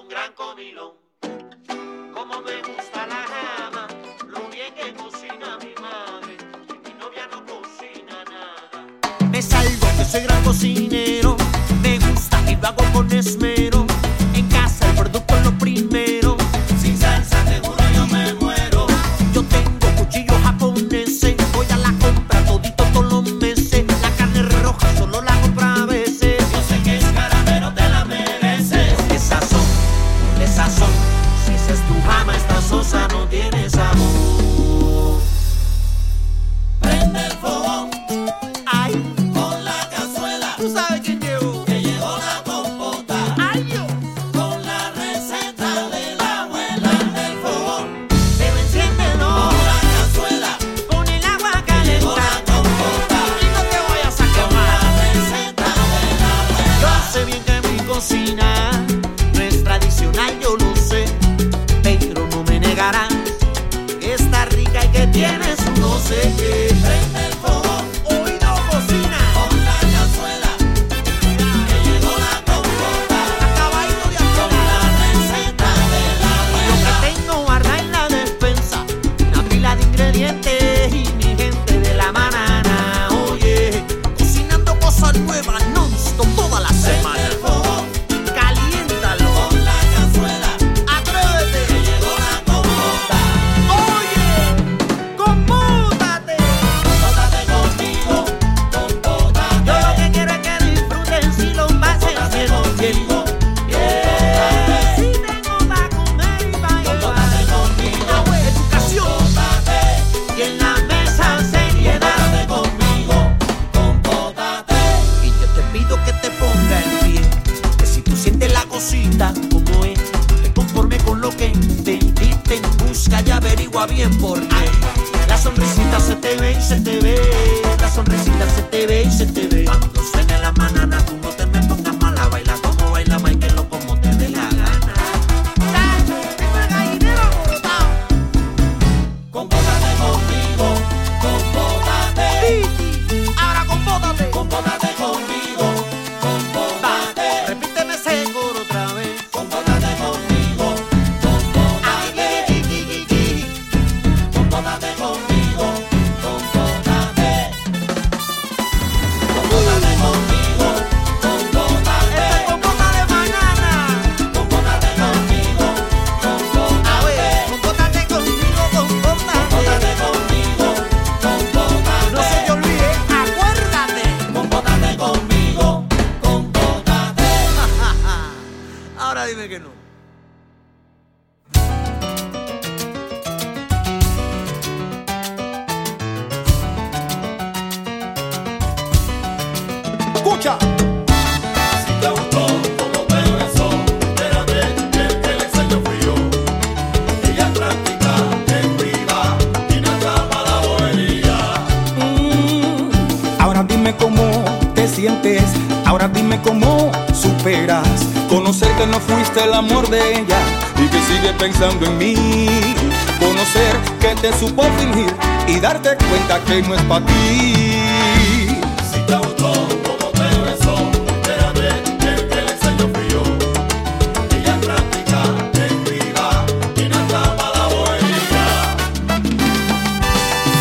S3: un gran comilón. Como me gusta la jama, lo bien que cocina mi madre. Y mi novia no cocina nada. Me salgo, yo soy gran cocinero. Me gusta y lo hago con esmero. En casa el producto es lo primero. Sin salsa te juro yo me muero. Yo tengo cuchillos japoneses. Voy a la compra todito todos los meses. La carne roja solo la compra a veces. Yo sé que es cara, pero te la mereces. Ponle sazón, ponle sazón. Si esa es tu jama, esta sosa no tiene sabor. Prende el fogón. Ay, con la cazuela. ¿Tú sabes quién llegó? Que llegó la compota. Ay, yo. Con la receta de la abuela del fogón. Pero enciéndelo. Con la cazuela. Con el agua calentada. Llegó la compota. Y no te voy a sacar más. la receta de la abuela. Yo sé bien que mi cocina no es tradicional, yo lo sé. Pero no me negarán que está rica y que tiene su no sé qué. Prende el fogón. Hoy no cocina. Con la cazuela. Que llegó la compota. Hasta bailo de Con la receta del abuelo. Lo que tengo guardado en la despensa. Una pila de ingredientes y mi gente de la manana. Oye, cocinando cosas nuevas non-stop toda la semana. Prende el fogón. Caliéntalo. Con la cazuela. Atrévete. Que llegó la compota. Oye. ¡Compótate! ¡Compótate conmigo! ¡Compótate! Yo lo que quiero es que disfruten si lo pasen bien conmigo. ¡Compótate! Si tengo pa' comer y pa' ¡Compótate conmigo! ¡Educación! ¡Compótate! Y en la mesa seriedad. ¡Compótate conmigo! ¡Compótate! Y yo te pido que te ponga el pie. Que si tú sientes la cosita como es, te conforme con lo que entendiste. Busca y averigua bien por qué. La sonrisita se te ve y se te ve. La sonrisita se te ve y se te ve. Cuando suene la manana, tú no te me pongas mala. Baila como baila Michael o como te dé la gana. Tengo el gallinero botado. Compótate conmigo, compótate. Ahora compótate. Compótate conmigo, compótate. Repíteme ese coro otra vez. Compótate conmigo, compótate. Compótate conmigo, compótate. Compótate conmigo, compótate. Esta compota de banana. Compótate conmigo, compótate. A ver, compótate conmigo, compótate. Compótate conmigo, compótate. No se te olvide, acuérdate. Compótate conmigo, compótate. Ahora dime que no.
S10: Escucha.
S11: Si te gustó como te besó, espérate que el extraño fui yo. Ella es práctica, es viva, tiene hasta para la bobería.
S6: Ahora dime cómo te sientes, ahora dime cómo superas conocer que no fuiste el amor de ella y que sigue pensando en mí. Conocer que te supo fingir y darte cuenta que no es para ti.
S11: Si te gustó como te besó, espérate que el extraño fui yo. Ella es práctica, es viva, tiene hasta para la bobería.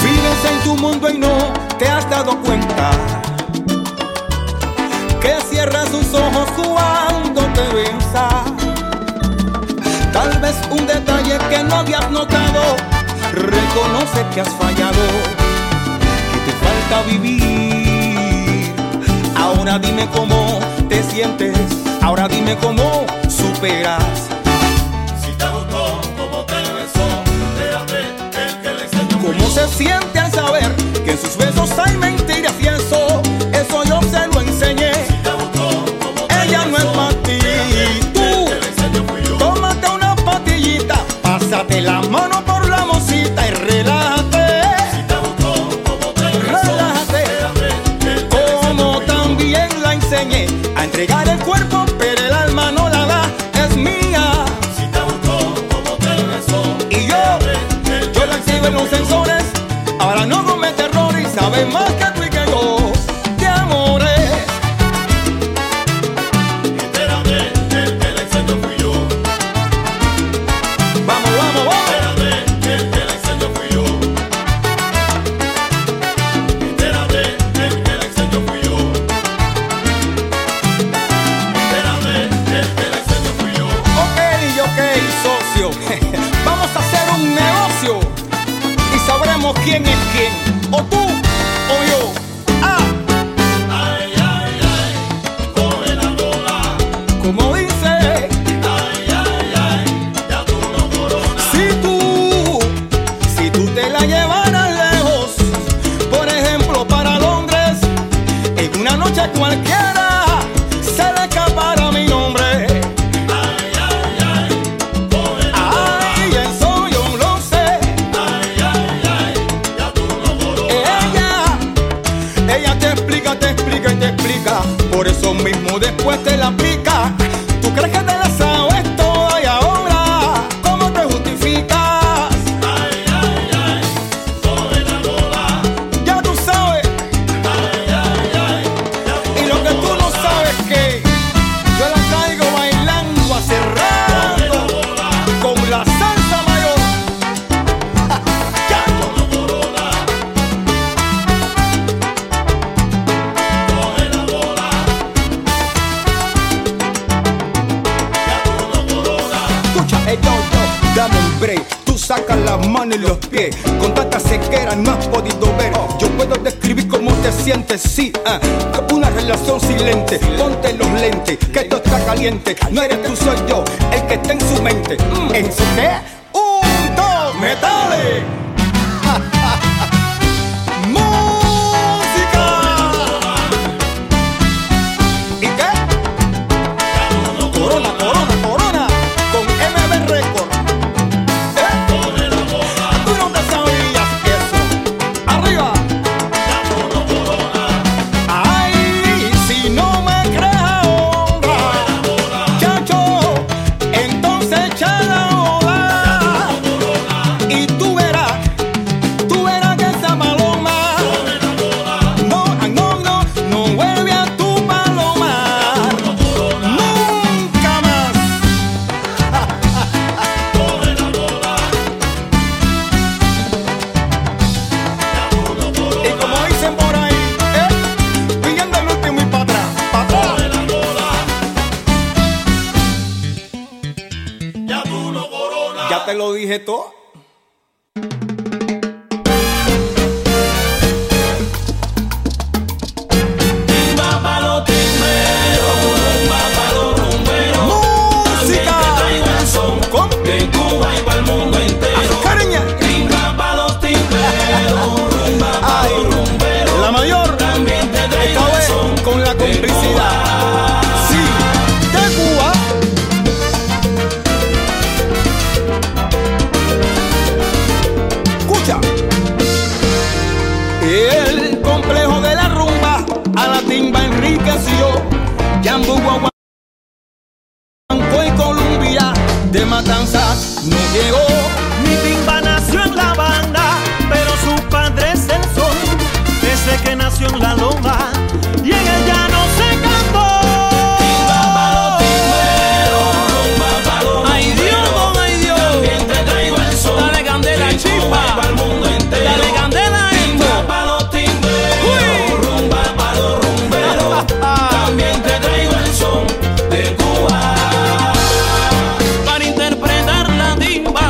S6: Vives en tu mundo y no te has dado cuenta que cierra sus ojos cuando te besa. Tal vez un detalle que no habías notado, reconoce que has fallado, que te falta vivir. Ahora dime cómo te sientes, ahora dime cómo superas.
S11: Si te gustó como te besó, espérate que el extraño fui
S6: ¿Cómo se siente al saber que en sus besos hay mentiras y eso, eso yo se lo enseñé? Ella no es para ti, tú tómate una patillita, pásate la mano por la mosita y relájate, relájate. Como también la enseñé a entregar el cuerpo, pero el alma no la da, es mía. Y yo, yo la activo en los sensores. Ahora no comete error y sabe más que tú y que yo. Te amoré.
S11: Espérate que el extraño fui yo.
S6: quién es quién, o tú o yo. Ah. Ay, ay, ay, coge la bola. Como dice. Ay, ay, ay, ya tú no corona. Si tú, si tú te la llevaras lejos, por ejemplo para Londres, en una noche cualquiera se le escapara mi nombre. Ay, eso yo lo sé. Ella, ella te explica, te explica y te explica. Por eso mismo después te la aplica. Tú crees que te la sabes toda y ahora, ¿cómo te justificas? Ay, ay, ay, sobre la bola. Ya tú sabes. Ay, ay, ay, Y lo que tú no sabes es que yo la traigo bailando hace rato con la salsa mayor. Escucha, ey, yo, yo, dame un break. Tú sacas las manos y los pies. Con tanta sequera no has podido ver. Yo puedo describir cómo te sientes, sí. ah. Una relación silente. Ponte los lentes, que esto está caliente. No eres tú, soy yo, el que está en su mente. Mm, En su qué? Un, dos, metales. Música. ¿Y qué? Corona, corona, corona con MB Record. Tú no te sabías eso. Arriba. Ay, si no me crees ahora, chacho, entonces echa la bola. Y tú verás, tú verás que esa paloma no, ah, no, no, no vuelve a tu paloma. Nunca más. Y como dicen por ahí, eh, pillando el último y para atrás, para atrás.
S3: Ya tú no corona.
S6: Ya te lo dije todo.
S3: Timba pa' los timberos, rumba pa' los rumberos. Música. Te traigo el son de Cuba y pa'l mundo entero. Timba pa' los timberos, rumba pa' los rumberos.
S6: La mayor,
S3: También te traigo
S6: esta
S3: el
S6: vez
S3: son
S6: con la complicidad. Sí, de Cuba. Escucha. El complejo de la rumba a la timba enriqueció. Yambu, Guagua- Banco y Colombia de Matanzas no llegó.
S12: Mi timba nació en la banda, pero su padre es el sol. Desde que nació en la loma y en ella no se cantó.
S13: Ay Dios, don, ay Dios. También te traigo el sol. Dale candela, chispa. Dale candela a esto.
S3: pa' los timberos, rumba pa' los rumberos. También te traigo el son de Cuba.
S13: Para interpretar la timba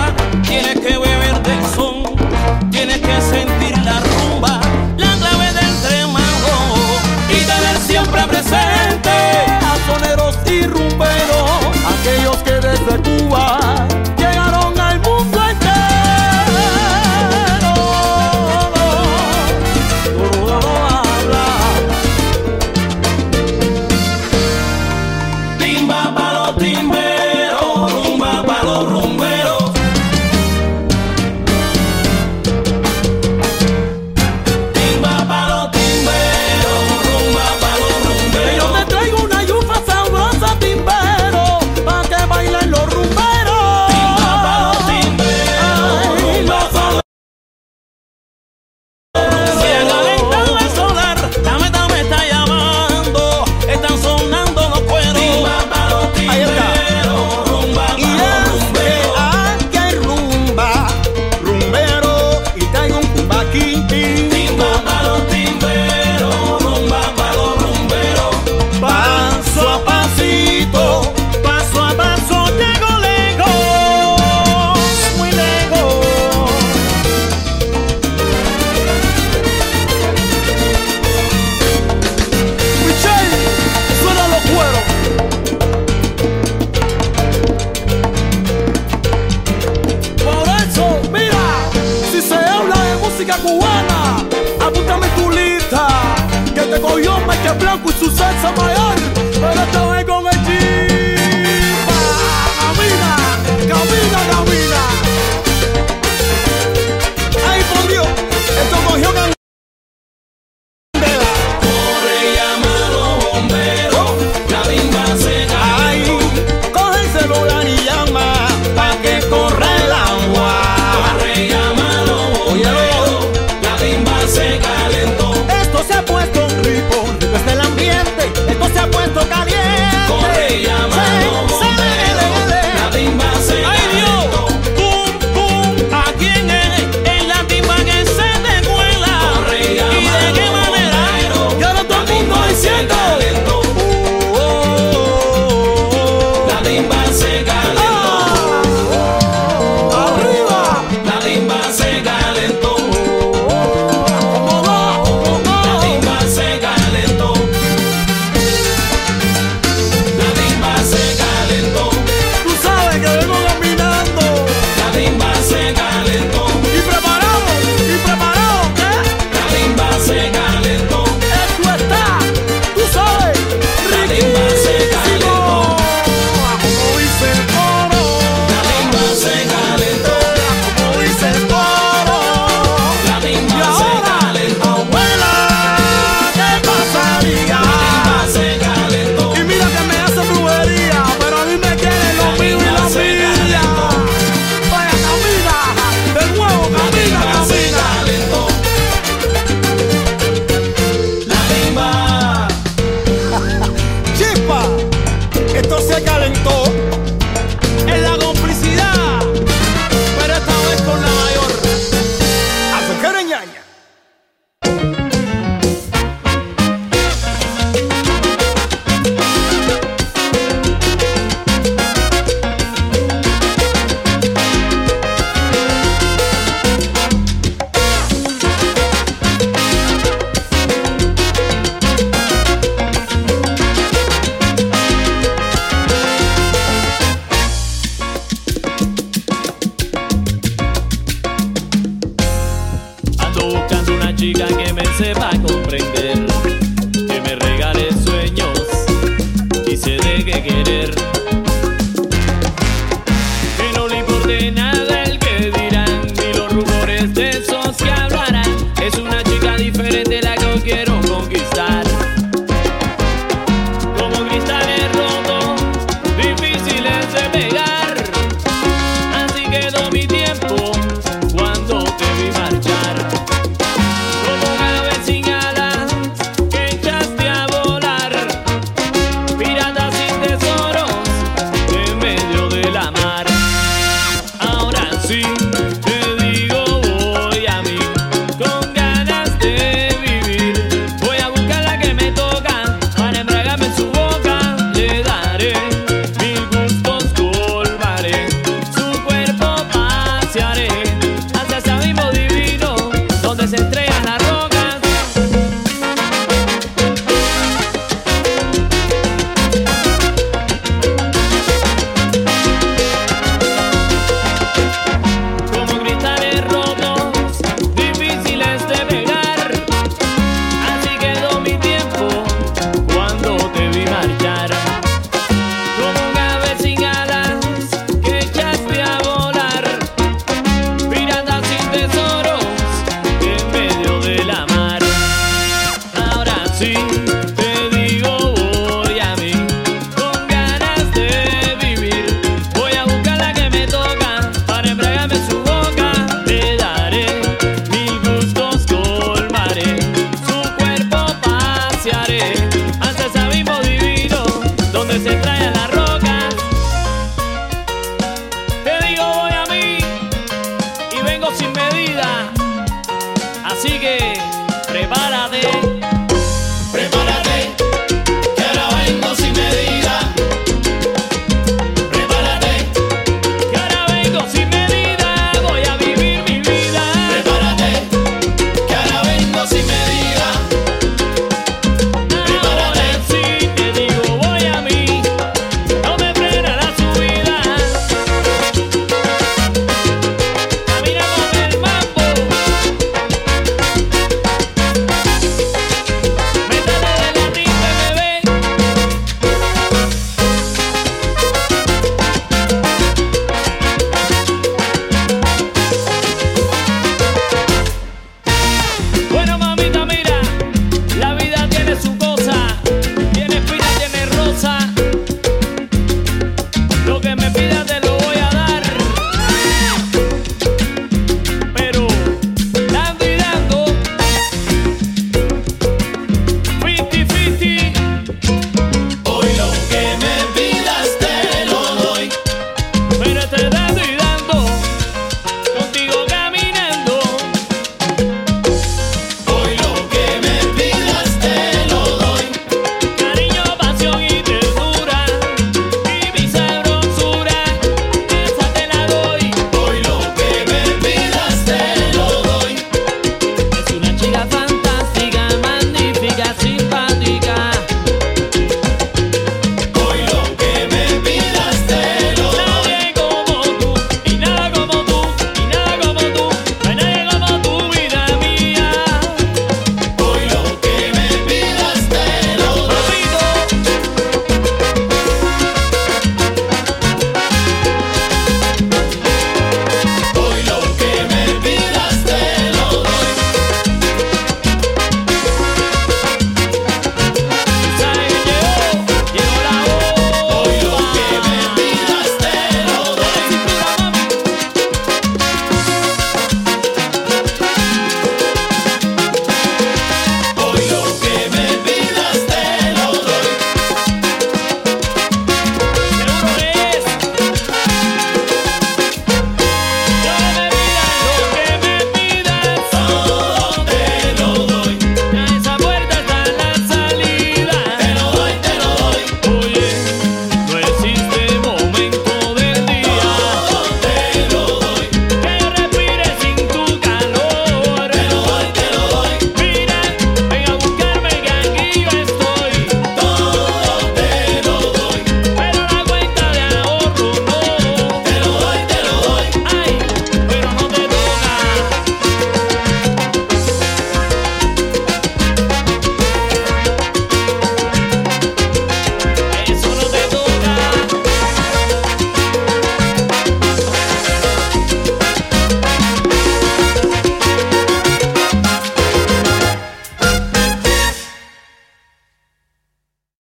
S6: este blanco y su salsa mayor. Pero esta vez con el chifa. Camina, camina, camina. Ay, por Dios, esto cogió can-
S3: Corre llamado bombero, la bimba se cayó.
S6: Coge el celular y llama
S3: Pa' que corra el agua. Corre llamado bombero, la bimba se calentó.
S9: Esto se ha puesto rico, rico está el ambiente. Esto se ha puesto caliente.
S3: Corre llamado bombero, la bimba se
S9: ¡Ay
S3: calentó.
S9: Dios! ¡Pum, pum! ¿A quién es? En la timba que se te cuela.
S3: Corre
S9: ¿Y de qué
S3: llamado
S9: manera?
S3: bombero,
S9: Y ahora todo el mundo
S3: Se
S9: diciendo.
S3: calentó,
S9: Oh, oh,
S3: la bimba se
S9: oh,
S3: calentó.
S9: oh. ¡Arriba!
S3: La bimba se calentó,
S9: ¿Cómo va? ¿Cómo
S3: la
S9: va?
S3: bimba se calentó. La bimba se calentó,
S6: Tú sabes que vengo caminando.
S3: la bimba se calentó,
S6: Y preparado, y preparado, ¿qué?
S3: la bimba se calentó,
S6: Esto está, tú sabes,
S3: la bimba se calentó,
S6: riquísimo. Como dice el coro,
S3: la bimba se calentó,
S6: como dice el coro.
S3: la
S6: Y
S3: bimba se
S6: ahora,
S3: calentó,
S6: abuela, ¿qué pasaría?
S3: la bimba se calentó,
S6: Y mira que me hace brujería, pero a mí me quieren los míos y las mías. Vaya, camina, de nuevo, camina,
S3: la bimba se
S6: camina.
S3: calentó, la bimba.
S6: ¡Chispa! Esto se calentó. Es la complicidad. Pero esta vez con la mayor. Azucar ñaña.
S14: Ando buscando una chica que me sepa comprender, que me regale sueños y se deje querer. Que no le importe nada el que dirán, ni los rumores de esos que hablarán. Es una chica diferente la que quiero conquistar. Como cristales rotos, difíciles de pegar. Así quedó mi tiempo cuando te vi marchar. Como una ave sin alas que echaste a volar. Piratas sin tesoros de medio de la mar. Ahora sí.
S5: este